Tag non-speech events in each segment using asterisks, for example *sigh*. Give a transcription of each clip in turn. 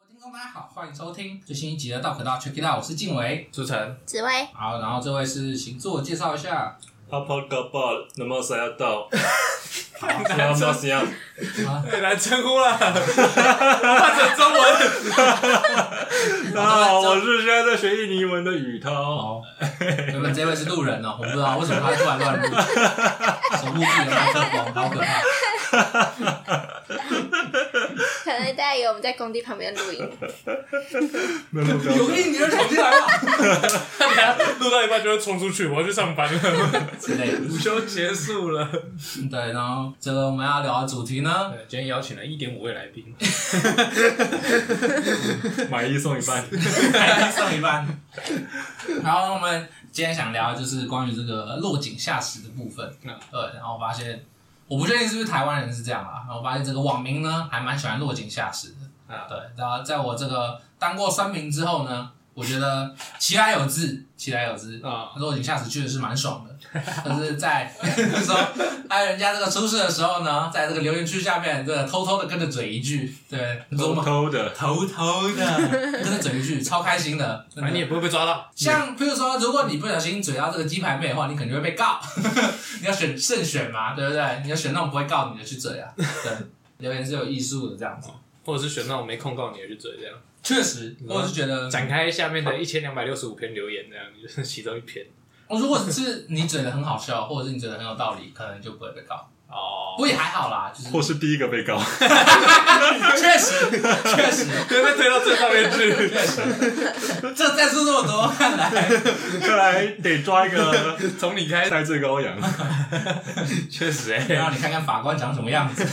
大家好，欢迎收听最新一集的《道可道 Check It Out》，我是静伟。朱晨，紫薇，好，然后这位是行座，介绍一下。泡泡高爆，能不能谁要 *laughs* 到？好，谁要到 *laughs* 谁要？ *laughs* 太难称呼了，换成中文。大家好，啊我是现在在学印尼文的宇 *laughs* 涛。好，原本这位是路人哦，我不知道为什么他会突然乱入，手握自己的麦克风，好可怕。可能大家以为我们在工地旁边录音，没有没有个印尼人闯进来了他等下录到一半就会冲出去，我要去上班了。之类的。午休结束了，对，然后这个我们要聊的主题呢， *laughs* 对今天邀请了一点五位来 *laughs* 宾，有， *laughs* 买一送一 *laughs* 半。还送哎一半。然后我们今天想聊的就是关于这个落井下石的部分。嗯对，然后我发现，我不确定是不是台湾人是这样啦。然后我发现这个网民呢，还蛮喜欢落井下石的。啊对，然后在我这个当过三名之后呢，我觉得其来有志，其来有志。啊落井下石确实是蛮爽的，但是在说哎人家这个出事的时候呢，在这个留言区下面，这个偷偷的跟着嘴一句，对，你说我偷们偷的，头头的，跟着嘴一句，超开心的。真反的正你也不会被抓 *laughs* 到。像譬如说，如果你不小心嘴到这个鸡排妹的话，你肯定会被告。 *laughs* 你要选慎选嘛，对不对？你要选那种不会告你的去嘴啊。对， *laughs* 留言是有艺术的这样子。或者是选那种没空告你的去嘴，这样确实，我是觉得，展开下面的一千两百六十五篇留言，这样你就是其中一篇我哦如果是你嘴的很好笑，或者是你嘴的很有道理，可能就不会被告。不哦。过也还好啦，就是或是第一个被 *laughs* 告。确实，确实，别被推到最上面去， *laughs* 确实，这赞数这么多，看来看来得抓一 *laughs* 个从你开始，戴罪羔羊。 *laughs* 确实哎、让你看看法官长什么样子，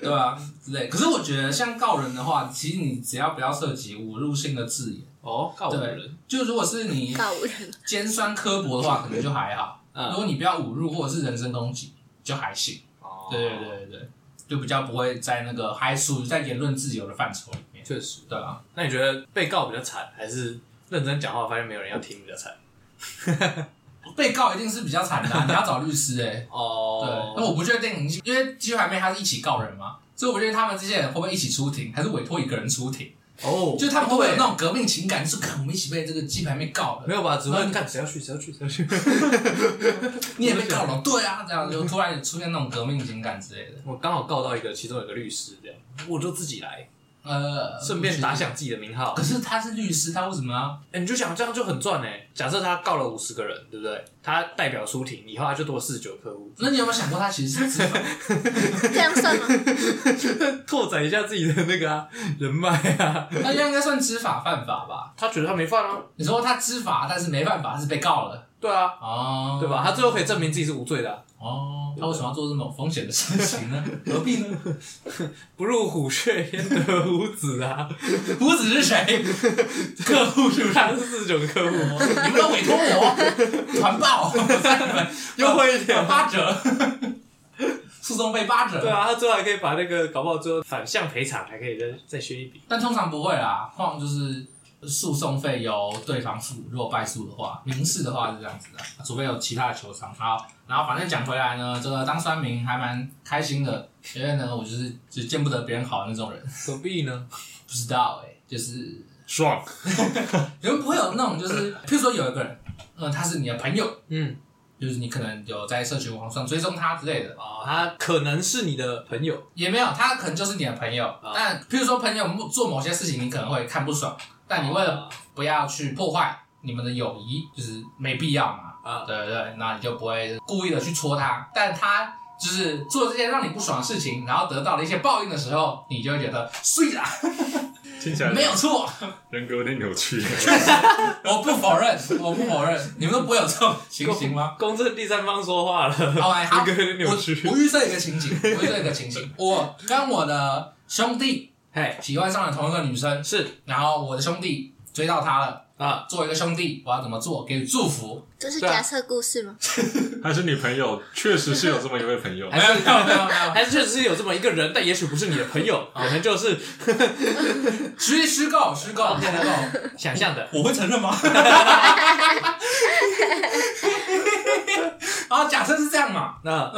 对啊？之类。可是我觉得，像告人的话，其实你只要不要涉及侮辱性的字眼，哦，告我对人，，就如果是你告五人，尖酸刻薄的话，可能就还好；如嗯，果你不要侮辱或者是人身攻击，就还行。哦对对，对对对，就比较不会在那个还属于在言论自由的范畴里面，确实。对啊？那你觉得被告比较惨，还是认真讲话发现没有人要听比较惨？被告一定是比较惨的 *laughs* 啊、你要找律师哎、对，那哦，我不确定，因为鸡排妹她是一起告人嘛，所以我不确定他们这些人会不会一起出庭，还是委托一个人出庭，哦就他们会不会有那种革命情感，就是看我们一起被这个鸡排妹告了，没有吧？只嗯会看谁要去，谁要去，谁要去。你也被告了，对啊，这样就突然出现那种革命情感之类的，我刚好告到一个，其中有个律师这样，我就自己来，呃，顺便打响自己的名号可。是他是律师，他为什么要？哎，你就想这样就很赚哎。假设他告了五十个人，对不对？他代表出庭，以后他就多四十九客户，那你有没有想过，他其实是资方？这样算吗？拓展一下自己的那个啊人脉啊。他应该算知法犯法吧？他觉得他没犯啊，你说他知法，但是没办法，是被告了对啊，哦，对吧？？他最后可以证明自己是无罪的啊，哦，他为什么要做这么有风险的事情 *laughs* 呢？何必呢？不入虎穴焉得虎子 *laughs* 啊。胡子是谁？客户是不是？他是四十九个客 *laughs* 户。你们要委托 *laughs* 我团报，我在你们优惠一点打八折，诉讼费八折。 *laughs* 对，啊，他最后还可以把那个搞不好最后反向赔偿，还可以再再削一笔。但通常不会啦，通常就是诉讼费由对方付，如果败诉的话，民事的话是这样子的，除非有其他的球场。好，然后反正讲回来呢，这个当酸民还蛮开心的，因为呢，我就是就见不得别人好的那种人，何必呢？不知道哎、就是爽，你们不会有那种就是，譬如说有一个人，嗯、他是你的朋友，嗯，就是你可能有在社群网上追踪他之类的。哦，他可能是你的朋友，也没有，他可能就是你的朋友。啊但譬如说朋友做某些事情，你可能会看不爽，但你为了不要去破坏你们的友谊，就是没必要嘛。啊对对对，那你就不会故意的去戳他，但他。就是做这件让你不爽的事情，然后得到了一些报应的时候，你就会觉得虽 *laughs* 然听起来没有错，人格有点扭曲。我不否认，我不否认，你们都不会有这种情形吗？ *laughs* 公正第三方说话了，好，来好，人格有点扭曲我我预设一个情景，我预设一个情景，我跟我的兄弟 *laughs* 嘿，喜欢上了同一个女生，是然后我的兄弟追到他了，啊，作为一个兄弟，我要怎么做？给予祝福？这是假设故事吗？她是女朋友，确实是有这么一位朋友还。是 *laughs* 没有没有没有，还是确实是有这么一个人，但也许不是你的朋 *laughs* 友，啊可能就是 *laughs* 虚虚构虚构虚构，想象的。 *laughs* 我会承 *laughs* 认吗？然哦后假设是这样嘛， *laughs* 那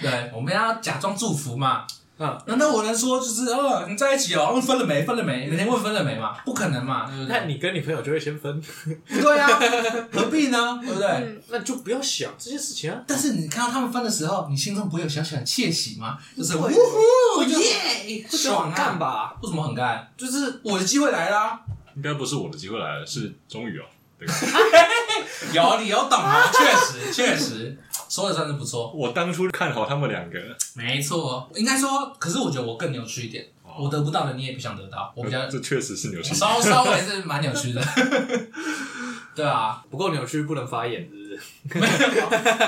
对，我们要假装祝福嘛，嗯，难道我能说就是呃你在一起哦？问分了没？分了没？每天问分了没嘛？不可能嘛，对不那对？你跟你朋友就会先分，不对 *laughs* 啊，何必呢？对不对？嗯， *laughs* 那就不要想这些事情啊。但是你看到他们分的时候，你心中不会有小小的窃喜吗？就是呜不会呼就哦耶，不想爽干啊！吧？为什么很干？就是我的机会来啊啦！应该不是我的机会来了，是终于哦，对吧？有你有懂 *laughs* 啊，确实确实说的算是不错，我当初看好他们两个，没错。应该说，可是我觉得我更扭曲一点，哦我得不到的你也不想得到，我比较这确实是牛我气。稍稍微是蛮扭 *laughs* 曲的，对啊， *laughs* 不够扭曲，不能发言，是不不是？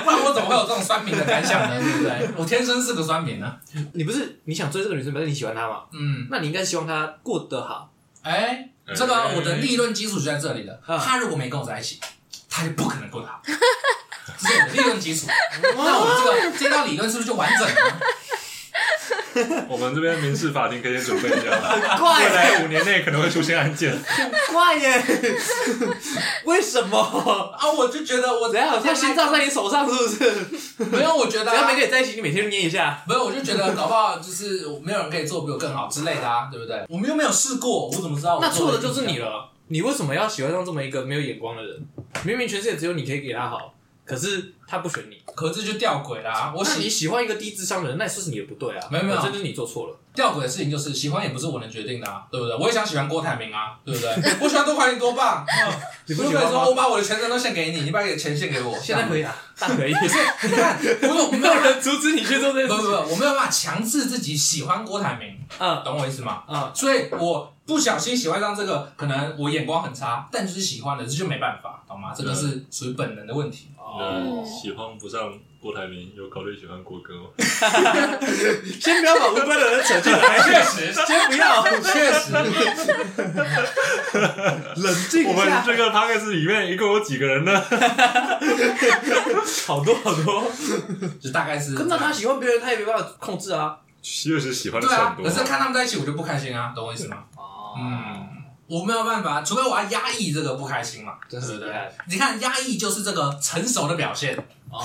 然我怎么会有这种酸民的感想呢？对不对？我天生是个酸民呢。你不是你想追这个女生，表示你喜欢她嘛？嗯，那你应该希望她过得好。哎，哎这个我的立论基础就在这里了。嗯他如果没跟我在一起，他就不可能过得好，这是我的立论基础。那我这个这套理论是不是就完整了？我们这边民事法庭可以先准备一下， *laughs* 啊未快来五年内可能会出现案件。快 *laughs* 耶！为什 *laughs* 么？啊，我就觉得我怎样？他心脏在你手上是不 *laughs* 是？没有，我觉得只啊要没跟你在一起，你每天都捏一下。没有，我就觉得搞不好就是没有人可以做比我更好之类的啊，对不对？我们又没有试过，我怎么知道我哦那做错得的就是你了。你为什么要喜欢上这么一个没有眼光的人？ *laughs* 明明全世界只有你可以给他好，可是他不选比你。较？可是这就吊诡啦！我那你喜喜欢一个低智商的人，那也是你的不对啊。没有没有这就是你做错了。吊诡的事情就是喜欢也不是我能决定的啊，对不对？我也想喜欢郭台铭啊，对不对？我喜欢多怀林多 *laughs* 棒，嗯你我不就喜可以欢说我吗？把我的全身都献给你，你把你的钱献给我。现在可以啊，大 *laughs* 可以。你看，我有没没有有人？人阻止你去做不这件不事不，情。我没有办法强制自己喜欢郭台铭，嗯懂我意思吗？嗯，所以我不小心喜欢上这个，可能我眼光很差，但就是喜欢了，这就没办法，懂吗？这个是属于本能的问题。那嗯喜欢不上郭台铭，有考虑喜欢郭哥吗？先不要把无关的人扯进来，确实， *laughs* 先不要确实，冷静我一们下，这个 p o d 里面一共有几个人呢？好多好多。就大概是。跟到他喜欢别人，他也没办法控制啊。确实喜欢的对啊很，多可。是看他们在一起，我就不开心啊，懂我意思吗？哦嗯，我没有办法，除非我要压抑这个不开心嘛，对真是不厉对？害你看，压抑就是这个成熟的表 *laughs* 现，哦，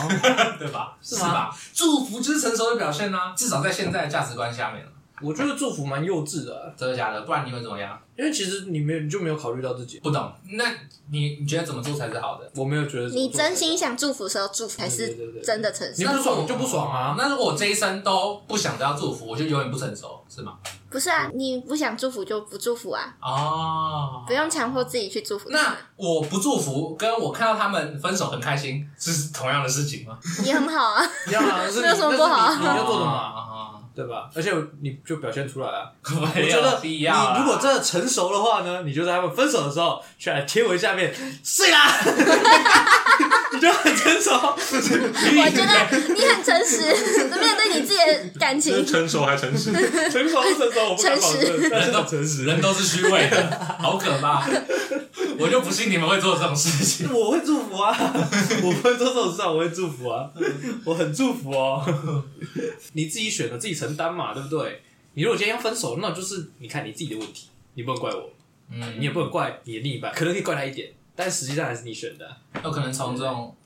对吧？是是吗吧？祝福就是成熟的表现呢、至少在现在的价值观下面了，我觉得祝福蛮幼稚的啊、真的假的？不然你会怎么样？因为其实你没有你就没有考虑到自己，不懂？那你你觉得怎么做才是好的？我没有觉得你真心想祝福的时候，祝福才对对对是对真的诚你实。不那如果爽就不爽啊。那如果我这一生都不想得到祝福，我就永远不成熟，是吗？不是啊，你不想祝福就不祝福啊，哦，不用强迫自己去祝福他那们，我不祝福，跟我看到他们分手很开心，这是同样的事情吗？也很好啊。一样 *laughs* 啊，是那有什么不好啊那是 *laughs* 你你要做的哦嘛，嘛？对吧？而且你就表现出来啊。我我觉得必你哦要啊。如果真的成熟的话呢，你就在他们分手的时候去来贴文下面睡啦， *laughs* 你就很成熟。 *laughs* 我我觉得你很诚实，面对你自己的感这情，成熟还 *laughs* 诚实，成熟不成熟我不敢保证，但是很诚实。人都是虚伪的，好可怕！我就不信你们会做这种事情。我会祝福啊，我不会做这种事啊，我会祝福啊，我很祝福哦。你自己选的，自己承担嘛，对不对？你如果今天要分手，那就是你看你自己的问题，你不能怪我，嗯，你也不能怪你的另一半，可能可以怪他一点，但实际上还是你选的啊，有可能从这种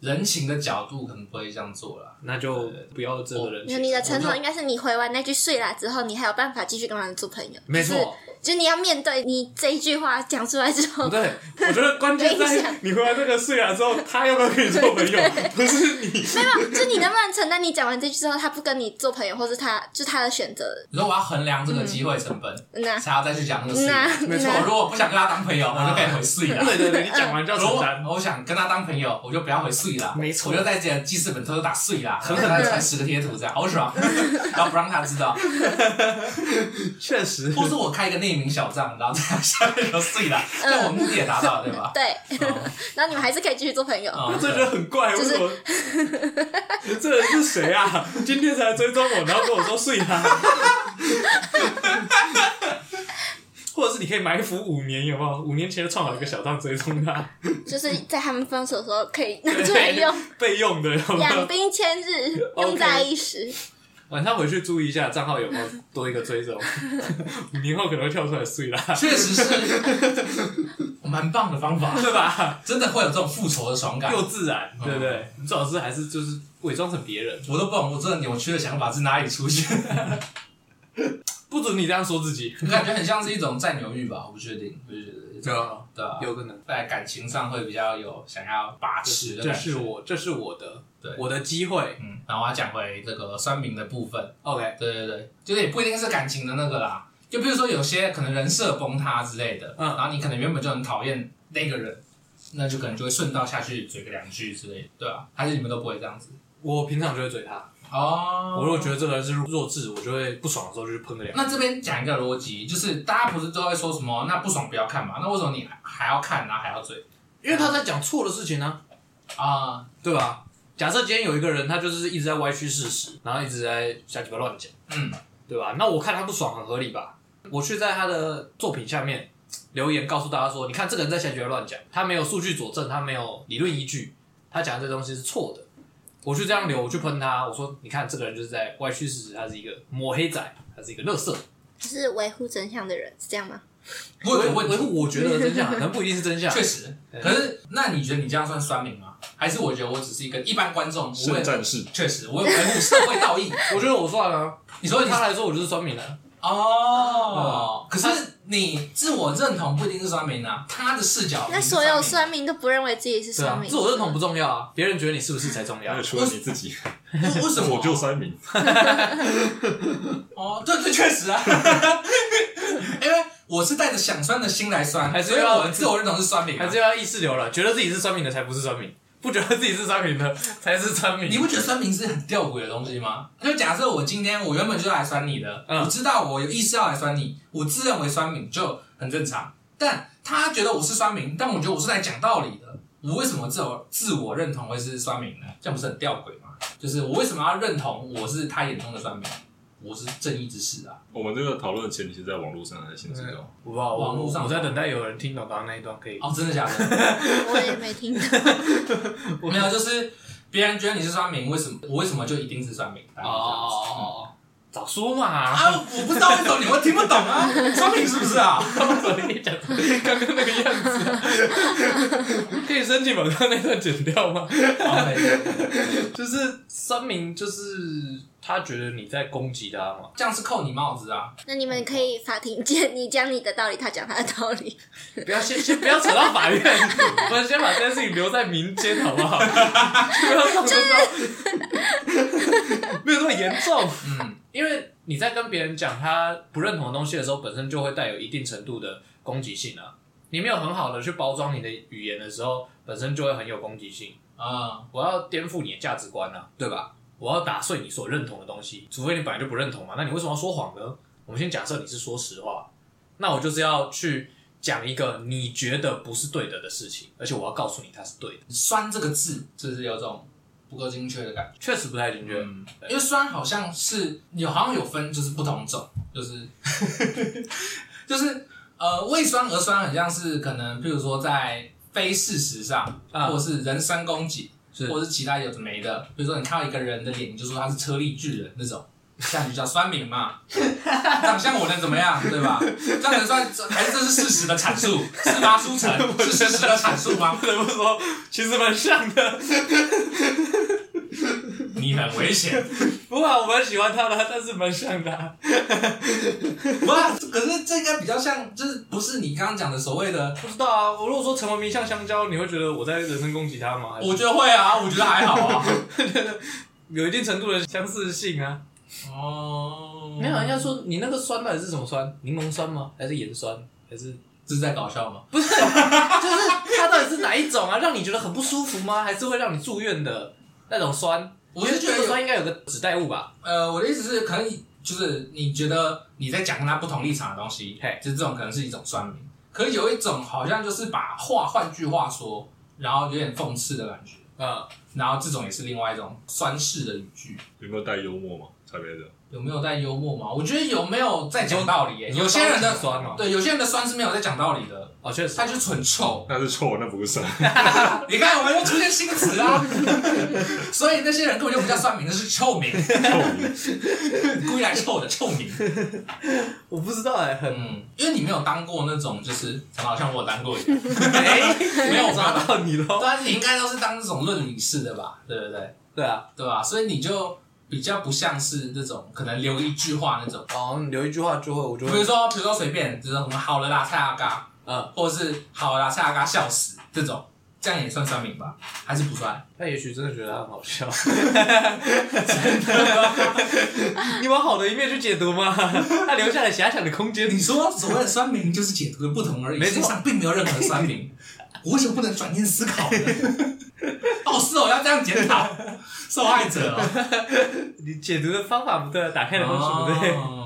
人情的角度，可能不会这样做了。那就不要这个人哦没有选。你的成熟应该是你回完那句“睡啦”之后，你还有办法继续跟他做朋友。没就是错，就你要面对你这一句话讲出来之后，对， *laughs* 我觉得关键哦等一在下你回来这个睡啊了之后，他要不要跟你做朋友，不是你。没有，就你能不能承担你讲完这句之后，他不跟你做朋友，或是他就他的选择，你说我要衡量这个机会成本，那才要再去讲那个事。嗯那没错我如那，果不想跟他当朋友，我就可以回碎了。对对对，你讲呃完就要如承果担。我想跟他当朋友，我就不要回碎啦。没错我就在这记事本偷偷打碎啦，狠狠狠狠地的传十个贴图这样，好 *laughs* 爽，然后不让他知道，确实，或是我开一个内名小账，然后在他下面就碎啦，嗯那我目的也达到了，对吧？对，哦然后你们还是可以继续做朋友。哦这觉得很怪，为就是什 *laughs* 么？你这人是谁啊？今天才来追踪我，然后跟我说睡啊他。 *laughs* 或者是你可以埋伏五年，有没有？五年前就创好一个小账追踪他，就是在他们分手的时候可以拿出 *laughs* 来用，备用的，有没养有？兵千日， OK 用在一时。晚上回去注意一下账号有没有多一个追踪， *laughs* 五年后可能会跳出来睡啦，确实是蛮棒的方法，对 *laughs* 吧？真的会有这种复仇的爽感。又自然，对不对？你最好是还是就是伪装成别人。我都不懂我这个扭曲的想法是哪里出现。 *laughs* 不准你这样说自己。感觉很像是一种占有欲吧，我不确定，我就觉得对啊对啊，有可能，在感情上会比较有想要把持的这感觉是我，这是我的对，我的机会。嗯，然后我要讲回这个酸民的部分， OK，对对对，就是也不一定是感情的那个啦，就比如说有些可能人设崩塌之类的，嗯然后你可能原本就很讨厌那个人，那就可能就会顺道下去嘴个两句之类的，对啊，还是你们都不会这样子我平常就会嘴他。哦我如果觉得这个人是弱智，我就会不爽的时候就去喷个两句。那这边讲一个逻辑，就是大家不是都会说什么那不爽不要看嘛，那为什么你还要看，然后还要嘴因为他在讲错的事情呢、啊？对吧？假设今天有一个人，他就是一直在歪曲事实，然后一直在瞎鸡巴乱讲，嗯，对吧？那我看他不爽很合理吧？我去在他的作品下面留言告诉大家说，你看这个人在瞎鸡巴乱讲，他没有数据佐证，他没有理论依据，他讲的这东西是错的。我去这样留，我去喷他，我说你看这个人就是在歪曲事实，他是一个抹黑仔，他是一个乐色。就是维护真相的人是这样吗？我有个维问维题，护我觉得的真相，可能不一定是真 *laughs* 相。确实，对可是那你觉得你这样算酸民吗？还是我觉得我只是一个一般观众？我圣也战士，确实，我有维护社会道义。我觉得我算了，你说对你他来说我就是酸民了。哦，可是你自我认同不一定是酸民啊，他的视角那所有 *laughs* 酸民都不认为自己是哦对酸啊，民，自我 *laughs* 认同不重要啊，别人觉得你是不是才重要那。除了你自己，民为什么？我就酸民。哦，对对，确实啊， *laughs* 因为我是带着想酸的心来酸，还是所以要我的自我认同是酸民啊、还是要意识流了，觉得自己是酸民的才不是酸民，不觉得自己是酸民的才是酸 *laughs* 民。你不觉得酸民是很吊诡的东西吗？就假设我今天我原本就来酸你的，嗯我知道我有意识要来酸你，我自认为酸民就很正常。但他觉得我是酸民，但我觉得我是来讲道理的，我为什么自我自我认同会是酸民呢？这样不是很吊诡吗？就是我为什么要认同我是他眼中的酸民？我是正义之士啊！我们这个讨论的前提是在网络上还是现实中？我不知道，我网络上我在等待有人听懂刚刚那一段可以。哦，真的假的？ *laughs* 我也没听到。没有，就是别人觉得你是酸民，为什么我为什么就一定是酸民？大概是这样子哦，早说嘛！啊，我不知道为什么你会听不懂啊， *laughs* 酸民是不是啊？我跟你讲，刚刚那个样子啊，可以申请把刚刚那段剪掉吗？就是酸民，就是他觉得你在攻击他嘛。这样是扣你帽子啊！那你们可以法庭见，你讲你的道理，他讲他的道理。不要先先不要扯到法院，我们先把这件事情留在民间好不好？不要上升到，没有那么严重。嗯，因为你在跟别人讲他不认同的东西的时候，本身就会带有一定程度的攻击性啊。你没有很好的去包装你的语言的时候，本身就会很有攻击性。啊、我要颠覆你的价值观啊，对吧？我要打碎你所认同的东西，除非你本来就不认同嘛。那你为什么要说谎呢？我们先假设你是说实话，那我就是要去讲一个你觉得不是对的的事情，而且我要告诉你它是对的，酸这个字就是有种不够精确的感确实不太精觉，确。嗯，因为酸好像是有好像有分，就是不同种，就是 *laughs* 就是呃，为酸而酸，很像是可能，譬如说在非事实上，啊或者是人身攻击，是或者是其他有的没的，比如说你看到一个人的脸，你就说他是车力巨人那种。这样就叫酸民 *laughs* 嘛，长相我能怎么样，对吧？这样能算还是这是事实的阐述，是吗？书 *laughs* 城是事实的阐述吗？ *laughs* 不得不说，其实蛮像的。你很危险， *laughs* 不过我蛮喜欢他的，但是蛮像的啊、不是，可是这个比较像，就是不是你刚刚讲的所谓的？不知道啊，我如果说陈文明像香蕉，你会觉得我在人身攻击他吗？还是我觉得会啊，我觉得还好啊。有一定程度的相似性啊。哦，没有，人家说你那个酸到底是什么酸？柠檬酸吗？还是盐酸？还是这是在搞笑吗？就是它到底是哪一种啊？让你觉得很不舒服吗？还是会让你住院的那种酸？我是觉得这个有，酸应该有个指代物吧？呃，我的意思是，可能你就是你觉得你在讲跟他不同立场的东西嘿，就是这种可能是一种酸民。可是有一种好像就是把话换句话说，然后有点讽刺的感觉，嗯，然后这种也是另外一种酸式的语句。有没有带幽默嘛？差别的，有没有在幽默吗？我觉得有没有在讲道理、欸？有些人的酸哦，对，有些人的酸是没有在讲道理的，哦，确实，他就是很臭。那是错，那不 *laughs* 是酸。你看，我们又出现新词啊， *laughs* 所以那些人根本就不叫算命，那是臭名， *laughs* 臭名故意来臭的臭名。我不知道哎、 *laughs* 很嗯，因为你没有当过那种，就是好像我有当过一样，没没有找到你喽。但是你应该都是当这种论理式的吧？对不对？对啊，对吧？所以你就比较不像是那种可能留一句话那种，哦，你留一句话就会，我就比会如说比如说随便，就是我们好了啦，蔡阿嘎，嗯，或者是好了啦，蔡阿嘎笑死这种，这样也算酸民吧？还是不算？那也许真的觉得他很好笑， *laughs* 你往好的一面去解读嘛，他留下了遐想的空间。你说所谓的酸民就是解读的不同而已，没世错界上并没有任何酸 *laughs* 民，我为什么不能转念思考 *laughs* 呢？哦，是哦，要这样检讨 *laughs* 受害者哦。你解读的方法不对啊，打开的方式不对。哦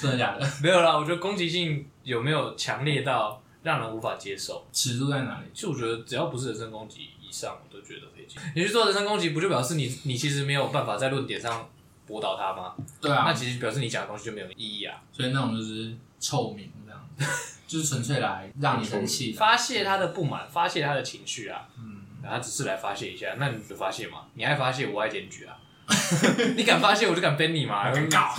真的假的？没有啦，我觉得攻击性有没有强烈到让人无法接受？尺度在哪里？其实我觉得只要不是人身攻击以上，我都觉得可以接受。你去做人身攻击，不就表示你你其实没有办法在论点上驳倒他吗？对那啊，其实表示你讲的东西就没有意义啊。所以那种就是臭名这样 *laughs* 子，就是纯粹来让你生气的。发泄他的不满，发泄他的情绪啊，嗯，然后他只是来发泄一下，那你就发泄嘛，你爱发泄，我爱检举啊。 *laughs* 你敢发 *laughs* 泄，我就敢 ban 你嘛，告。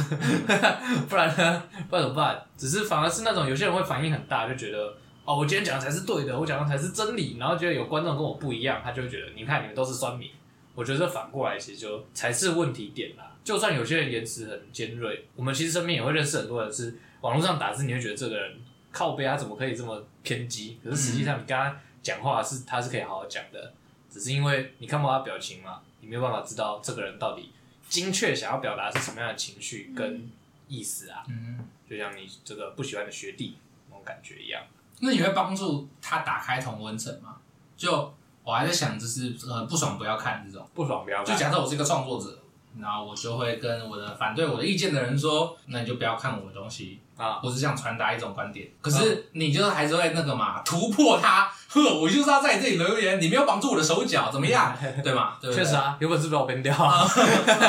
*laughs* 不然呢？不然怎么办？只是反而是那种有些人会反应很大，就觉得哦，我今天讲的才是对的，我讲的才是真理，然后觉得有观众跟我不一样，他就会觉得你看你们都是酸民。我觉得这反过来其实就才是问题点啦。就算有些人言辞很尖锐，我们其实身边也会认识很多人是网络上打字，你会觉得这个人靠背他怎么可以这么偏激？可是实际上你跟他讲话是他是可以好好讲的，只是因为你看不到他表情嘛，你没有办法知道这个人到底精确想要表达是什么样的情绪跟意思啊。嗯，就像你这个不喜欢的学弟那种感觉一样。那你会帮助他打开同温层吗？就我还在想，就是呃不爽不要看这种。不爽不要就看，假设我是一个创作者，然后我就会跟我的反对我的意见的人说，那你就不要看我的东西啊我只想传达一种观点。可是你就是还是会那个嘛，突破它。 *laughs* 呵，我就是要在你这里留言，你没有绑住我的手脚，怎么 *laughs* 样？对吗？对不确对实，啊，有本事把我编掉啊， *laughs*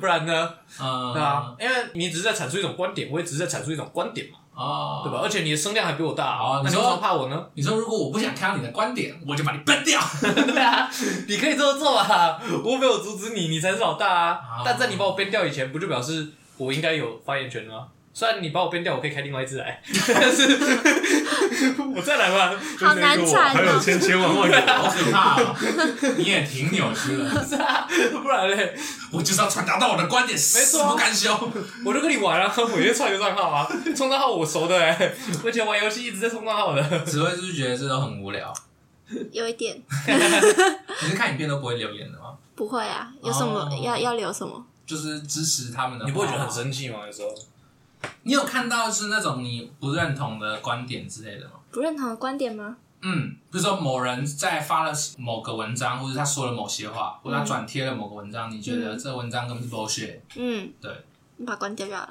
不然呢？ *laughs* 嗯，对啊，因为你只是在阐述一种观点，我也只是在阐述一种观点嘛，哦，对吧？？而且你的声量还比我大哦你那啊你说为什么怕我呢？你说如果我不想看到你的观点，我就把你崩掉。 *laughs* 对啊，你可以这么做啊，我没有阻止你，你才是老大啊啊。但在你把我编掉以前，不就表示我应该有发言权了吗？虽然你把我编掉，我可以开另外一只来， *laughs* 但是我再来吧。好难缠还有哦。千千万万个好可怕、哦！ *laughs* 你也挺扭曲了。是啊，不然嘞，我就是要传达到我的观点，错死啊不甘休。 *laughs* 我就跟你玩啊，我就创一个账号啊，冲账号我熟的哎、而且玩游戏一直在冲账号的。只会是不是觉得这都很无聊？有一点你是看影片都不会留言的吗？不会啊，有什么、哦要要留什么？就是支持他们的话，你不会觉得很生气吗？有时候你有看到是那种你不认同的观点之类的吗？不认同的观点吗？嗯，比如说某人在发了某个文章，或者他说了某些话，或者他转贴了某个文章，你觉得这文章根本是 bullshit，嗯，对，你把关掉掉了。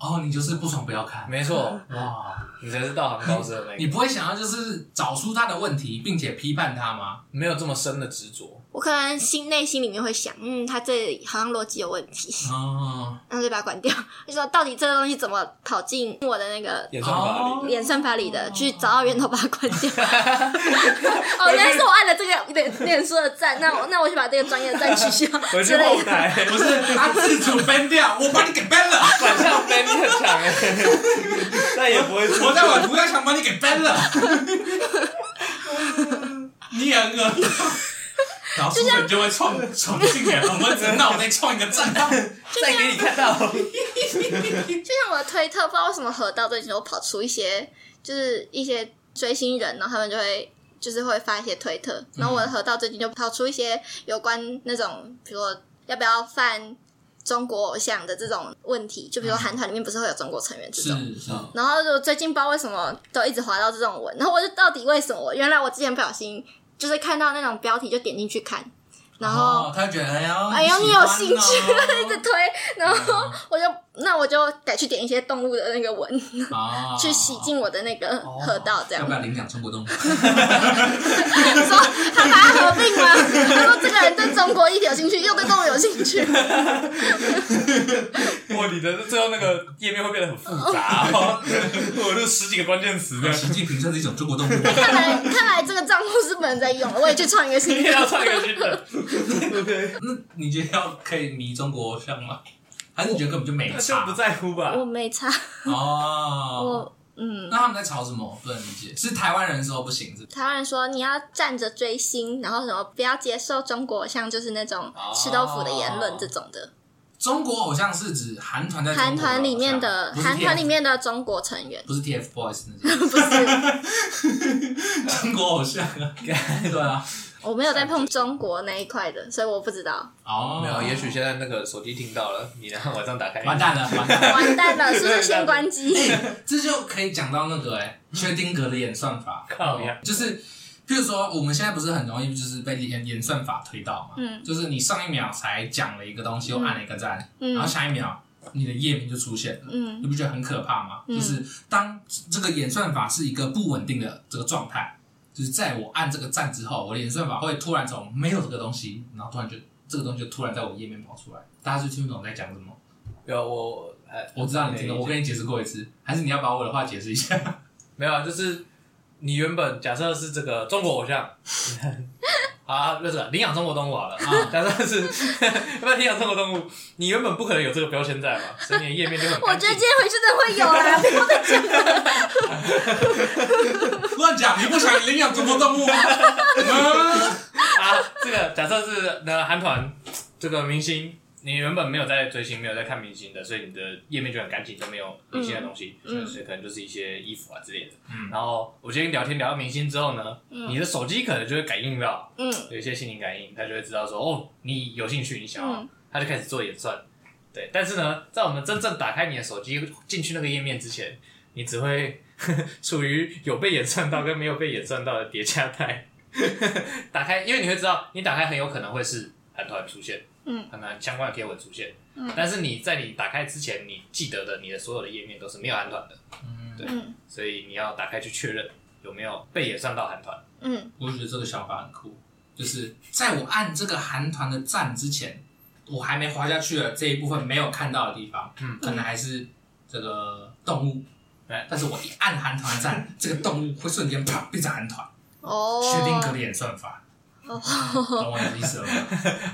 哦，你就是不爽不要看，没错，哇，你才是道行高深的那你个，不会想要就是找出他的问题，并且批判他吗？没有这么深的执着。我可能心内心里面会想，嗯，他这好像逻辑有问题，哦，然后就把它关掉。 *laughs* 就说到底这个东西怎么跑进我的那个演算法哦里的，演算法里的，去找到源头把它关 *laughs* 掉。哦，原来是我按了这个脸脸书的赞，那我那我就把这个专业的赞取消 *laughs* 回去之类后的。台不是，他自主 ban 掉，我把你给 ban 了，反向 ban 很强 *laughs* 哎、但也不会我在我涂鸦墙把你给 ban 了， *laughs* 你也很 *laughs* 恶然后书本就会创重新给我们只那我再创一个账号。再给你看到。就像我的推特，不知道为什么河道最近有跑出一些，就是一些追星人，然后他们就会就是会发一些推特，然后我嗯的河道最近就跑出一些有关那种，比如说要不要犯中国偶像的这种问题，就比嗯如说韩团里面不是会有中国成员这种。是是，然后就最近不知道为什么都一直滑到这种文，然后我就到底为什么？原来我之前不小心就是看到那种标题就点进去看，然后 *laughs* 哦、他觉得哎呦，哎呦，你有兴趣，一 *laughs* 直趣推，然后我就那我就改去点一些动物的那个文，啊去洗，净我的那个河道，这要样。不要领养中国动物？说他把它合并吗？他说这个人对中国议题有兴趣，又对动物有兴趣，哇，你的最后那个页面会变得很复杂哦， *laughs* 我就十几个关键词的。习近平算是一种中国动物，看来看来这个账户是本人在用，我也去创一个新你也要 *laughs* 的。唱一个新的，那你觉得要可以迷中国偶像吗？还是你觉得根本就没那就不差？在乎吧我。没差，哦，我嗯。那他们在吵什么？我不能理解，是台湾人说不行是不是？台湾人说你要站着哦追星，然后什么不要接受中国像就是那种吃豆腐的言论这种的，中国偶像是指韩团在中国韩的偶像团里面的不是韩团 TF，里面的中国成员 *laughs* 不是 TFBOYS 那种不是，中国偶像啊，对啊，我没有在碰中国那一块的，所以我不知道。哦，没有，也许现在那个手机听到了，你然后晚上打开，完蛋了，完蛋了，完蛋 *laughs* 了，是不是先关机？这就可以讲到那个哎、薛定谔的演算法，靠呀就是。譬如说，我们现在不是很容易就是被演演算法推到嘛？嗯就是你上一秒才讲了一个东西，又按了一个赞，然后嗯下一秒你的页面就出现了，嗯你不觉得很可怕吗？嗯就是当这个演算法是一个不稳定的这个状态，就是在我按这个赞之后，我的演算法会突然从没有这个东西，然后突然就这个东西就突然在我页面跑出来，大家就听不懂在讲什么。有我呃，我知道你听懂，我跟你解释过一次，还是你要把我的话解释一下？ *laughs* 没有啊，就是你原本假设是这个中国偶像， *laughs* 好啊，就是领养中国动物好了啊，假设是 *laughs* 要不要领养中国动物，你原本不可能有这个标签在嘛，所以你的页面就很我干觉净得今。天回去真的会有啦，不要再讲了。乱讲，你不想领养中国动物吗？嗯 *laughs* 啊，这个假设是那韩团这个明星，你原本没有在追星，没有在看明星的，所以你的页面就很干净，都没有明星的东西，嗯嗯所以可能就是一些衣服啊之类的。嗯然后我今天聊天聊到明星之后呢，嗯你的手机可能就会感应到 *laughs* 嗯 *laughs* 有一些心灵感应，他就会知道说哦，你有兴趣，你想要嗯，他就开始做演算。对，但是呢，在我们真正打开你的手机进去那个页面之前，你只会 *laughs* 处于有被演算到跟没有被演算到的叠加态。 *laughs* 打开，因为你会知道，你打开很有可能会是韩团出现，嗯韩团相关的贴文出现。嗯但是你在你打开之前，你记得的你的所有的页面都是没有韩团的，对嗯所以你要打开去确认有没有被演算到韩团。嗯我觉得这个想法很酷，就是在我按这个韩团的赞之前，我还没滑下去的这一部分没有看到的地方，嗯可能还是这个动物哎。但是我一按韩团赞，这个动物会瞬间啪变成韩团，哦，薛定谔的演算法，哦，懂我的意思了吗？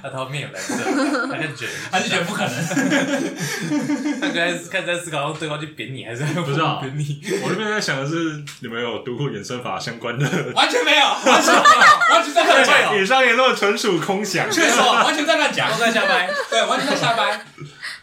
他后面有 *laughs* 蓝色，他就觉得 *laughs* 他就觉得不可能， *laughs* 他刚才开始在思考让对方去扁你还是不知道扁你。我这边在想的是，你们有读过衍生法相关的？完全没有，完全没有，完全在乱讲，以上言论纯属空想。确实啊哦完全在乱讲我。在下班，对，完全在瞎掰。 *laughs*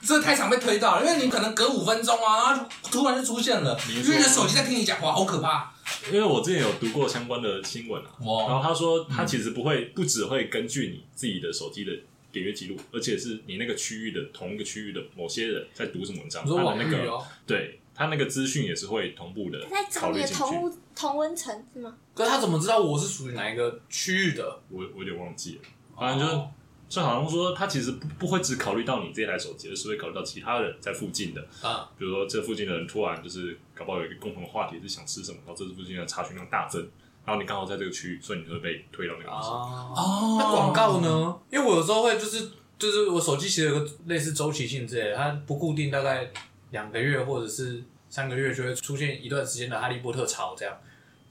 这太常被推到了，因为你可能隔五分钟啊，然后突然就出现了，没因错为你的手机在听你讲话，好可怕。因为我之前有读过相关的新闻啊，然哇，后他说他其实不会，不只会根据你自己的手机的点阅记录，而且是你那个区域的同一个区域的某些人在读什么文章，你说他网的那域个啊哦，对他那个资讯也是会同步的在考虑进去。屋同温层是吗？可是他怎么知道我是属于哪一个区域的？我我有点忘记了，反正哦就是。就好像说，他其实不不会只考虑到你这台手机，而是会考虑到其他人在附近的。啊，比如说，这附近的人突然就是搞不好有一个共同的话题是想吃什么，然后这附近的查询量大增，然后你刚好在这个区域，所以你就会被推到那个东西。哦，哦，那广告？呢？因为我有时候会就是就是我手机其实有个类似周期性之类的，它不固定，大概两个月或者是三个月就会出现一段时间的哈利波特潮，这样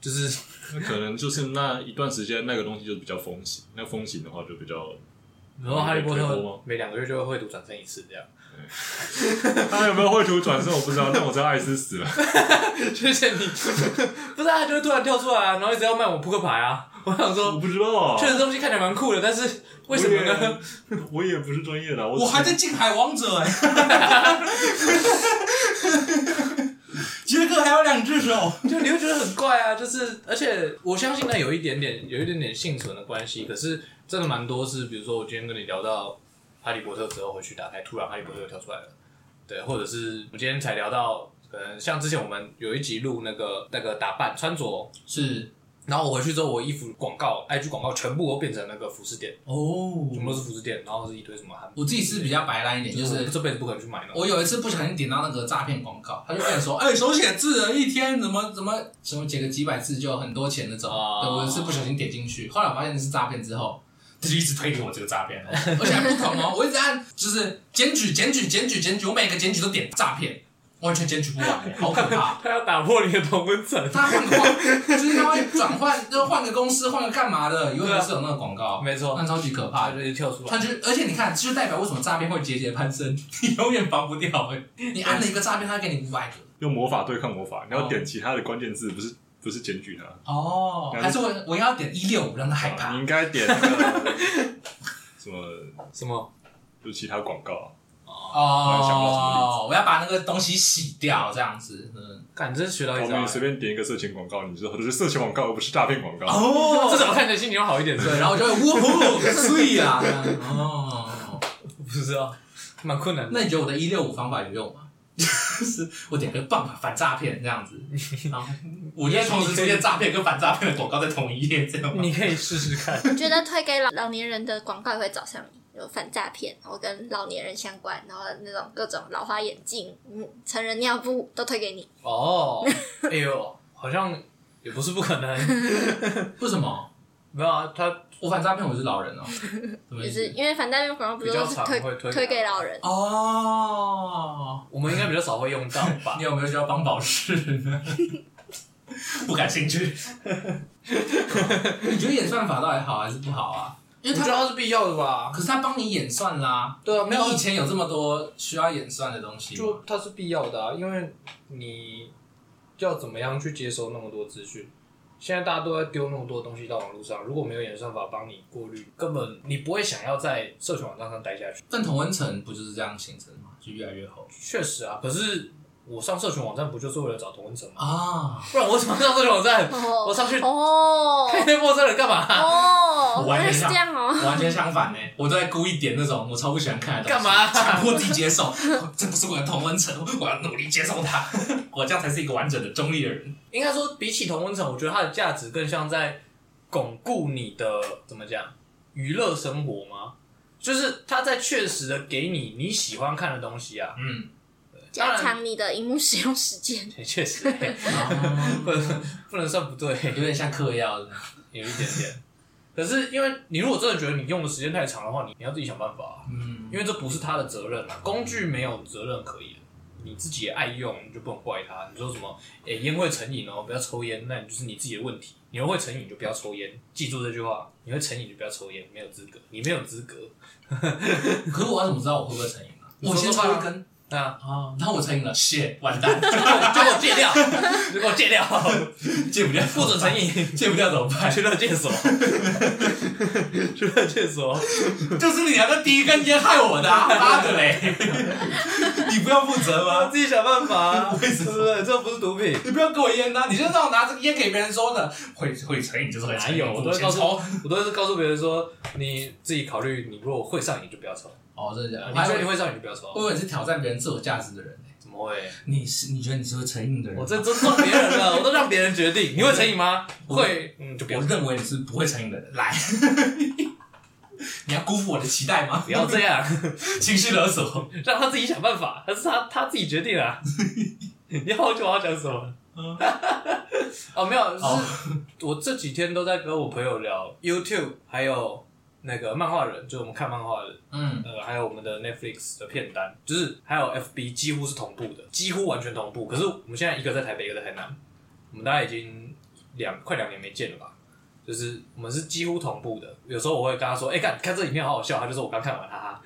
就是那可能就是那一段时间那个东西就比较风行，那风行的话就比较。然后哈利波你可以推播特吗每两个月就会会读转身一次这样。他有没有绘图转身我不知道，但我知道艾斯 *laughs* 死了。就是你，不是啊，就会突然跳出来啊，然后一直要卖我扑克牌啊。我想我说，不知道，确实东西看起来蛮酷的，但是为什么呢？哦我也不是专业的啊，我我还只在进海王者哎、 *laughs* 杰克还有两只手，就你会觉得很怪啊。就是，而且我相信那有一点点，有一点点幸存的关系。可是真的蛮多是，比如说我今天跟你聊到《哈利波特》之后，回去打开，突然《哈利波特》跳出来了，对，或者是我今天才聊到，可能像之前我们有一集录那个那个打扮穿着，是然后我回去之后，我衣服广告、IG 广告全部都变成那个服饰店，哦。全部都是服饰店，然后是一堆什么韩我自己是比较白烂一点，就就是是这辈子不可能去买那种。我有一次不小心点到那个诈骗广告，他就跟你说，哎、手写字的一天怎么怎么什么写个几百字就很多钱那种。哦对，我是不小心点进去，后来我发现是诈骗之后。他就一直推给我这个诈 *laughs* 骗哦， *laughs* 而且还不同哦，我一直按就是检举检举检举检举，我每个检举都点诈骗，完全检举不完，欸好可怕。他要打破你的同温层。他换个换，就是他会转换，就是换个公司，换个干嘛的，永远是有那个广告，没错那，超级可怕他的。就一跳出他来。就，而且你看，这就代表为什么诈骗会节节攀升，你永远防不掉、欸。你按了一个诈骗，他给你五百个。用魔法对抗魔法，你哦要点其他的关键字，不是不是检举他，哦，还是我我要点一六五让他害哦你怕。应该点那个什么，什么？就其他广告啊，然想不到什么哦，我要把那个东西洗掉，这样子，嗯，干，真学到一我招们欸。随便点一个色情广告，你知道这是色情广告，而不是诈骗广告。哦这怎哎么看起来心情会好一点？对，然后我就会呜呼，可碎啊， *laughs* 这样哦，我不知道，蛮困难的。那你觉得我的一六五方法有用吗？就是我点个棒法反诈骗这样子，然后我就同时出现诈骗跟反诈骗的广告在同一页，这样吗？你可以试试看。我觉得推给老老年人的广告也会找上你，有反诈骗，然后跟老年人相关，然后那种各种老花眼镜、嗯，成人尿布都推给你。 *laughs* 哦，哎呦，好像也不是不可能。为什么？没有啊，他我反诈骗我是老人哦，什么就意是思？因为反诈骗广告不是都比较是常推会推推给给老人？哦，我们应该比较少会用到 *laughs* 吧你？有没有需要帮宝适呢？ *laughs* 不感兴趣。 *laughs* 你觉得演算法到底好还是不好啊？因为我他觉得它是必要的吧？可是他帮你演算啦，对啊，没有啊你以前有这么多需要演算的东西吗？就它是必要的啊，因为你要怎么样去接收那么多资讯？现在大家都在丢那么多东西到网络上，如果没有演算法帮你过滤，根本你不会想要在社群网站上待下去。但同温层不就是这样形成的吗？就越来越厚确实啊，可是我上社群网站不就是为了找同温层吗？啊！不然我怎么上社群网站？哦我上去哦看那陌生人干嘛、哦，我还原来没是上这样哦。我完全相反呢、我都在故意点那种我超不喜欢看的东西，干嘛强迫自己接受， *laughs* 这不是我的同温层，我要努力接受它， *laughs* 我这样才是一个完整的中立的人。应该说，比起同温层，我觉得它的价值更像在巩固你的怎么讲娱乐生活吗？就是它在确实的给你你喜欢看的东西啊， *laughs* 嗯，当加然长你的荧幕使用时间，也确实、哦不能不能算不对， *laughs* 有点像嗑药的。有一点点。可是因为你如果真的觉得你用的时间太长的话，你你要自己想办法、啊，嗯，因为这不是他的责任啊，工具没有责任可言。你自己也爱用，你就不能怪他。你说什么？诶、烟会成瘾哦，不要抽烟，那你就是你自己的问题。你又会成瘾，你就不要抽烟。记住这句话，你会成瘾就不要抽烟，没有资格，你没有资格。可是我要怎么知道我会不会成瘾呢？你我说先说抽看啊一根那 *laughs* 啊，然后我成瘾了，shit，完蛋，就给我戒掉，就给我戒掉，戒不掉，不准成，瘾， *laughs* 戒不掉怎么办？去乐戒所，去乐戒所。就是你拿的第一根烟害我的、啊，妈的嘞！ *laughs* 你不要负责我吗？自己想办法、啊，为什么对不对？这不是毒品，你不要给我烟呐、你就让我拿这个烟给别人说的，会会成瘾就是会哪成瘾，有？我都我会先告诉抽。，我都是告诉别人说，你自己考虑，你如果会上瘾就不要抽，啊哦，真的假的？你我还觉得你以为会上瘾就不要抽啊，我以为你是挑战别人自我价值的人呢、怎么会？你是你觉得你是会成瘾的人吗？我这尊重别人了，我都让别人决定。你会成瘾吗？会，嗯，就不要我认为你是不会成瘾的人。来， *laughs* 你要辜负我的期待吗？ *laughs* 不要这样，情绪勒索。让他自己想办法，他是他他自己决定 *laughs* 啊。你好久我要讲什么？嗯 *laughs* 哦，没有，哦是我这几天都在跟我朋友聊 YouTube，还有那个漫画人，就是我们看漫画的。嗯，呃，还有我们的 Netflix 的片单，就是还有 FB 几乎是同步的，几乎完全同步。可是我们现在一个在台北，一个在台南，我们大概已经两快两年没见了吧？就是我们是几乎同步的。有时候我会跟他说：“哎、看看这影片好好笑。”他就说：“我刚看完，哈哈。”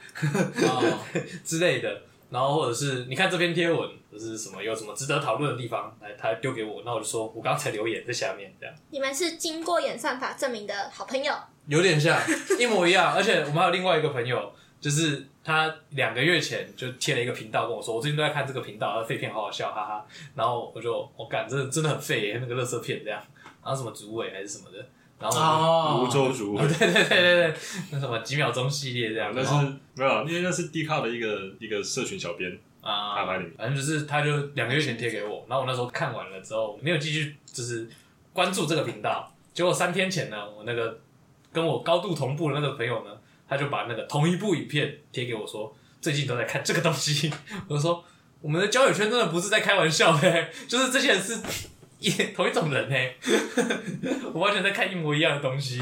哦，之类的。然后或者是你看这篇贴文，就是什么有什么值得讨论的地方，来他丢给我，那我就说我刚才留言在下面，这样你们是经过演算法证明的好朋友，有点像 *laughs* 一模一样。而且我们还有另外一个朋友，就是他两个月前就贴了一个频道跟我说，我最近都在看这个频道，他的废片好好笑，哈哈。然后我就我感、真的真的很废、耶，那个垃圾片这样，然后什么主委还是什么的，然后哦我泸州竹就、 *laughs* 对对对对对，那什么几秒钟系列这样，哦那然后是没有，因啊为那是 D 卡的一个一个社群小编，啊，他哪里反正就是他就两个月前贴给我，然后我那时候看完了之后，没有继续就是关注这个频道。结果三天前呢，我那个跟我高度同步的那个朋友呢，他就把那个同一部影片贴给我说，最近都在看这个东西。 *laughs* 我就说我们的交友圈真的不是在开玩笑的、就是这些人是一同一种人呢、 *laughs* 我完全在看一模一样的东西。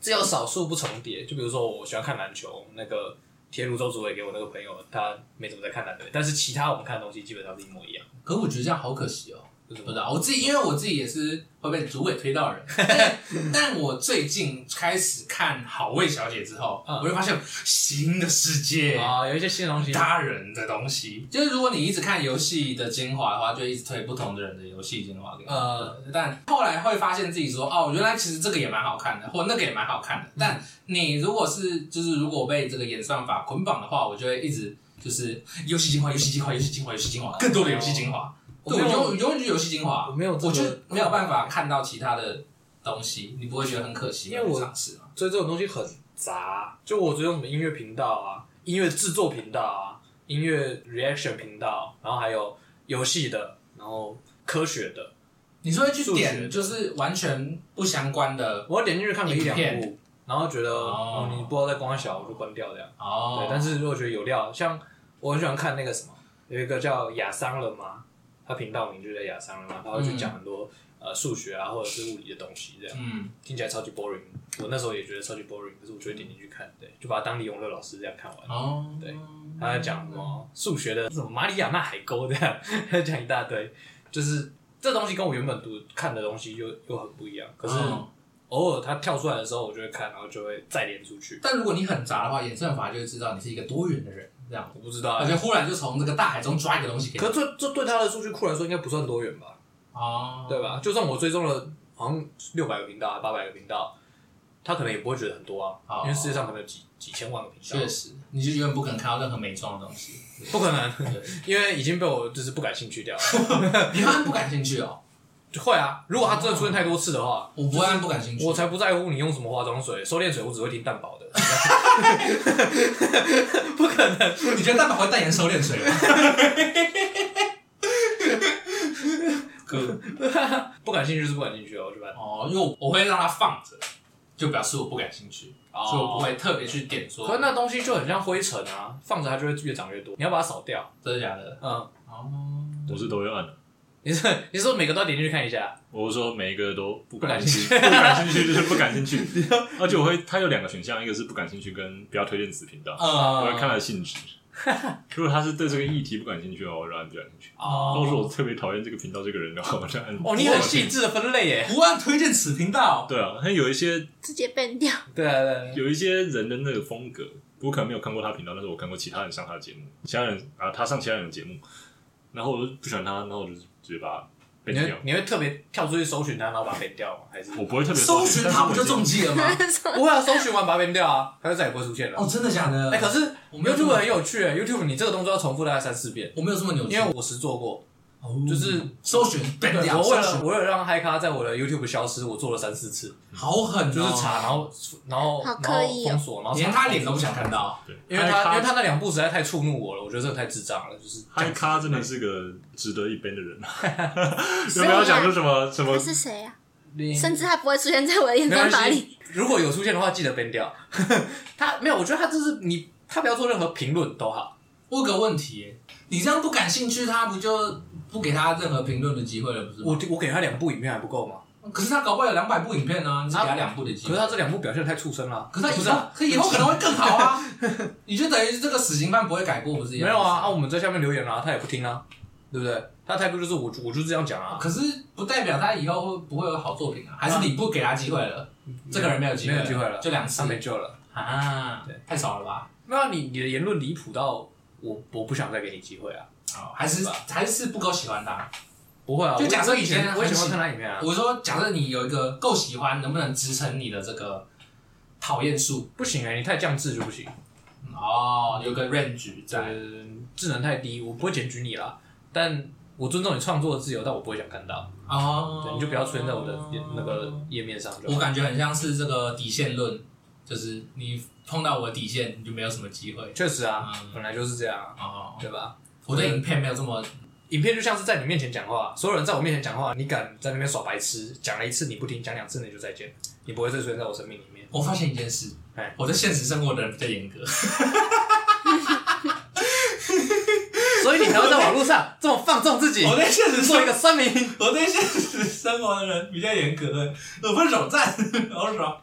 只有少数不重叠，就比如说我喜欢看篮球，那个铁泸州主委给我那个朋友，他没怎么在看篮球，但是其他我们看的东西基本上是一模一样。可我觉得这样好可惜哦。不不知道，我自己因为我自己也是会被主委推到人，但但我最近开始看《好味小姐》之后，嗯我就发现有新的世界啊，有一些新的东西，他人的东西，就是如果你一直看游戏的精华的话，就一直推不同的人的游戏精华给你。呃，但后来会发现自己说，哦，原来其实这个也蛮好看的，或那个也蛮好看的。但你如果是就是如果被这个演算法捆绑的话，我就会一直就是游戏精华、游戏精华、游戏精华、游戏精华，更多的游戏精华。我对，我没有永永远觉得游戏精华，我没有这个我就没有办法看到其他的东西，你不会觉得很可惜吗？因为我没尝试嘛，所以这种东西很杂。就我追踪什么音乐频道啊、音乐制作频道啊、音乐 reaction 频道，然后还有游戏的，然后科学的，你是会去数学点就是完全不相关的我点进去看个一两影部，然后觉得哦哦你不知道在光小，我就关掉这样。哦。对，但是如果觉得有料，像我很喜欢看那个什么，有一个叫亚桑了吗？他频道名就叫亚桑了吗？然后就讲很多、呃数学啊或者是物理的东西，这样嗯，听起来超级 boring。我那时候也觉得超级 boring，可是我就会点进去看，对，就把它当李永乐老师这样看完。哦，对他在讲什么数学的什么马里亚纳海沟这样，他讲一大堆，就是这东西跟我原本读看的东西又又很不一样。可是嗯偶尔他跳出来的时候，我就会看，然后就会再连出去。但如果你很杂的话，演算法就会知道你是一个多元的人，这样，我不知道、而欸，且忽然就从这个大海中抓一个东西给你可，是这这对他的数据库来说应该不算多远吧？哦，对？吧？就算我追踪了好像六百个频道、八百个频道，他可能也不会觉得很多啊，哦因为世界上可能有几几千万个频确道，实，你就永远不可能看到任何美妆的东西， *laughs* 不可能，对，因为已经被我就是不感兴趣掉了。你会不感兴趣哦，就会啊，如果他真的出现太多次的话，我不会不感兴趣，我才不在乎你用什么化妆水，收敛水我只会听蛋宝的， *laughs* 不可能。你觉得蛋白会代言收敛 *laughs* 水吗？不感兴趣是不感兴趣哦，我就把它哦，因为我我会让它放着，就表示我不感兴趣，所哦以我不。会特别去点说可是，那东西就很像灰尘啊，放着它就会越长越多，你要把它扫掉。真的假的？嗯，哦，我是都会按的。你是你是说每个都要点进去看一下？我是说每一个都不感感兴兴趣趣，不感兴趣就是不感兴趣。而且我会，它有两个选项，一个是不感兴趣跟不要推荐子频道，哦我会看呃，它的性质。如果他是对这个议题不感兴趣的话，我就按不感兴趣。哦如果说我特别讨厌这个频道这个人的话，我就按。哦，你很细致的分类耶。不按推荐此频道，对啊，他有一些直接变掉。对啊对啊对啊，有一些人的那个风格，我可能没有看过他频道，但是我看过其他人上他的节目，其他人啊，他上其他人的节目，然后我就不喜欢他，然后我就直接把他你变掉会。你会特别跳出去搜寻它，然后把它编掉吗？还是我不会特别搜寻他它不就中计了吗？不会啊？搜寻完把它编掉啊，它就再也不会出现哦，了。真的假的？哎，可是我没有这 YouTube 么很有趣欸，YouTube 你这个动作要重复大概三四遍，我没有啊这么扭曲，因为我实做过。哦就是搜寻 ban 对，掉，我为搜了寻我为了让嗨咖在我的 YouTube 消失，我做了三四次，好狠哦，就是查，然后然后好然刻后意哦封锁，然后查连他脸都不想看，到。因为他因为他那两步实在太触怒我了，我觉得这个太智障了，就是嗨咖真的是是个值得一边的 *laughs* 人，有没有讲出什么什么他？是谁啊？你甚至他不会出现在我的演没算关法里。系，如果有出现的话，记得 ban 掉。 *laughs* 他没有，我觉得他就是你，他不要做任何评论都好。我有个问题耶，你这样不感兴趣，他不就不给他任何评论的机会了，不是我吗？我给他两部影片还不够吗？可是他搞不好有两百部影片呢，你只给他两部的机可会是。他这两部表现得太畜生了。可是他不以啊是后啊，，可以后可能会更好 *laughs* 啊！你就等于这个死刑犯不会改过，不是一没样？有啊啊！我们在下面留言啊，他也不听啊，对不对？他的态度就是我我就是这样讲啊，可是不代表他以后会不会有好作品啊？还是你不给他机会了？这个人没有机会，嗯没有机会了，就两他次没救了。啊对，太少了吧？那你你的言论离谱到我我不想再给你机会啊！哦，还是对吧还是不够喜欢他。不会啊，就我假设我以以前前很我以前会喜看他影片啊，我说，假设你有一个够喜欢，能不能支撑你的这个讨厌数？不行哎、你太降智就不行，哦，有个 range 在。呃，智能太低，我不会检举你啦，但我尊重你创作的自由，但我不会想看到，哦对，你就不要出现在我的页那个。页面上就我好。感觉很像是这个底线论，就是你碰到我的底线，你就没有什么机会。确实啊，嗯本来就是这样啊，哦，对吧？我对影片没有这么影片就像是在你面前讲话，所有人在我面前讲话，你敢在那边耍白痴，讲了一次你不听，讲两次你就再见，你不会再出现在我生命里面。我发现一件事哎，我对现实生活的人比较严格。所以你才会在网络上这么放纵自己，我对现实做生一个酸民。我对现实生活的人比较严格，我分手赞，好爽。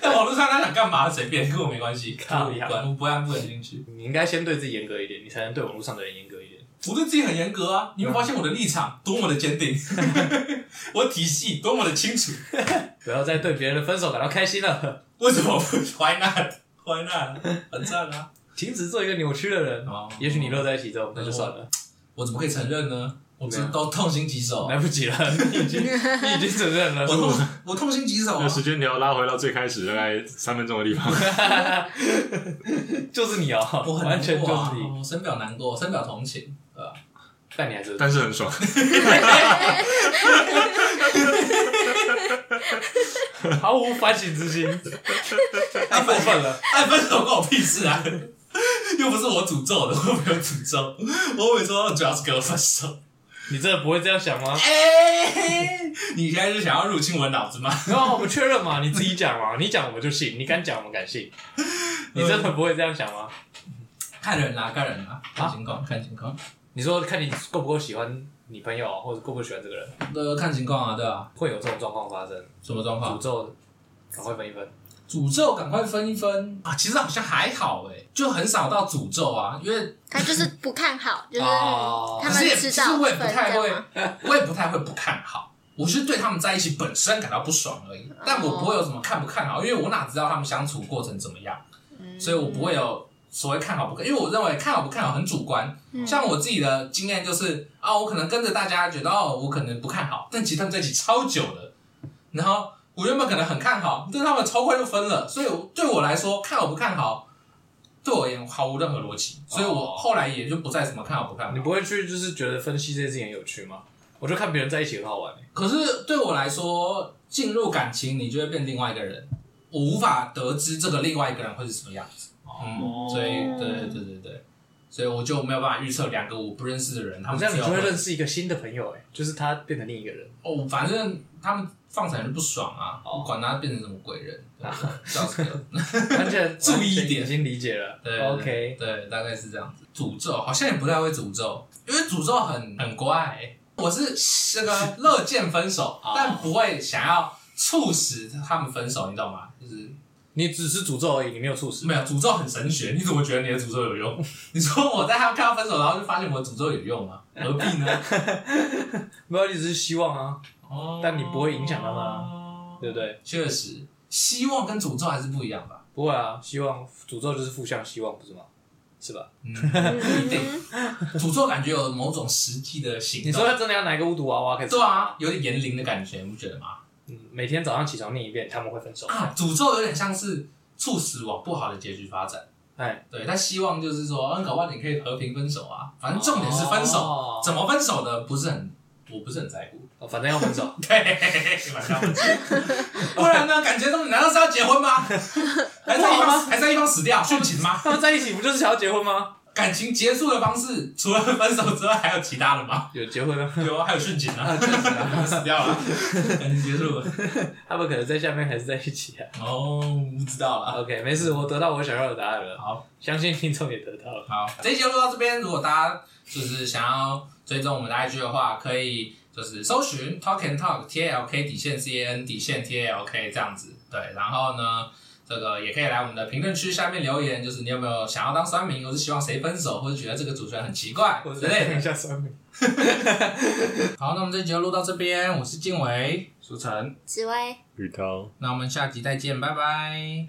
在网络上他想干嘛随便，跟我没关系，靠我嗯不管，我不按不感兴趣。你应该先对自己严格一点，你才能对网络上的人严格一点。我对自己很严格啊，你会发现我的立场多么的坚 *laughs* 定，我体系多么的清楚。不要再对别人的分手感到开心了，为什么不 *laughs* why not why not 很赞啊！停止做一个扭曲的人。哦也许你乐在其中，那就算了。我怎么可以承认呢？我真的都痛心疾首。来不及 *laughs* 了，你已经你已经承认了哦我。痛我痛心疾首啊那！时间条拉回到最开始大概三分钟的地方，就是你哦，我很完全难就过啊是你，我深表难过，深表同情，对吧？但你还是但是很爽。毫无反省 *laughs* 之心，太过分了。按哎分手关我屁事啊！ *laughs* 又不是我诅咒的，我没有诅咒，我每说主要是跟我分手。你真的不会这样想吗？哎、你现在是想要入侵我脑子吗？然啊后我们确认嘛，你自己讲嘛，你讲我们就信，你敢讲我们 *laughs* 敢信，你真的不会这样想吗？看人啦、看人啦、啊看情况，看情况，你说看你够不够喜欢你朋友，啊或者够不够喜欢这个人，呃，看情况啊，对啊，会有这种状况发生。什么状诅况？咒，赶快分一分。诅咒，赶快分一分啊！其实好像还好哎、就很少到诅咒啊，因为他就是不看好，就是哦他可是们也知其道实我也分不太会这样嘛，我也不太会不看好。我是对他们在一起本身感到不爽而哦已，但我不会有什么看不看好，因为我哪知道他们相处过程怎么样，嗯所以我不会有所谓看好不看，因为我认为看好不看好很主观。嗯像我自己的经验就是啊，我可能跟着大家觉得哦，我可能不看好，但其实他们在一起超久了，然后我原本可能很看好，但他们超快就分了，所以我对我来说看好不看好，对我而言毫无任何逻辑，所以我后来也就不再什么看好不看好。你不会去就是觉得分析这件事情很有趣吗？我就看别人在一起很好玩、欸，可是对我来说，进入感情你就会变另外一个人，我无法得知这个另外一个人会是什么样子。嗯，所以对对对对对，所以我就没有办法预测两个我不认识的人，他好们像你之就后会认识一个新的朋友、欸，就是他变成另一个人。哦，反正他们放闪就不爽啊，哦管他变成什么鬼人，对笑死了。完 *laughs* 全注意一点已经理解了。对 OK，对，大概是这样子。诅咒好像也不太会诅咒，因为诅咒很很怪欸、我是这个乐见分手，但不会想要促使他们分手，你懂吗？就是你只是诅咒而已，你没有促使。没有诅咒很神学，你怎么觉得你的诅咒有用？ *laughs* 你说我在他们看到分手，然后就发现我的诅咒有用 *laughs* 吗？何必呢？没有，你只是希望啊，哦但你不会影响到他吗对不？对？哦确实，希望跟诅咒还是不一样吧。不会啊，希望诅咒就是负向希望，不是吗？是吧？ *laughs* 嗯，嗯诅咒感觉有某种实际的行你说动，他真的要拿一个巫毒娃娃开始？对啊，，有点言灵的感觉，你不觉得吗？嗯，每天早上起床念一遍，他们会分手。啊，诅咒有点像是促使往不好的结局发展。哎，对，但希望就是说，嗯，搞不好你可以和平分手啊。反正重点是分手，哦怎么分手的不是很，我不是很在乎。。哦反正要分手对，晚上 *laughs* 不然呢？感觉中你难道是要结 *laughs* 婚吗？还是要一方还是要一方死掉殉情吗？ *laughs* 他们在一起不就是想要结婚吗？感情结束的方式，除了分手之外，还有其他的 *laughs* 吗？有结婚啊，有啊，还有殉情啊， *laughs* 死掉了，感情结束了。他们可能在下面还是在一起啊。哦，不知道了。 OK，没事，我得到我想要的答案了，好，相信听众也得到了。好，这一集就录到这边。如果大家就是想要追踪我们的 IG 的话，可以就是搜寻 Talk and Talk T A L K 底线 C A N 底线 T A L K 这样子。对，然后呢，这个也可以来我们的评论区下面留言，就是你有没有想要当酸民，或是希望谁分手，或者觉得这个主持人很奇怪我之再类看一的。下酸梅。好，那我们这一集就录到这边，我是静伟，苏晨，紫薇。 *laughs* 宇涛。那我们下集再见，拜拜。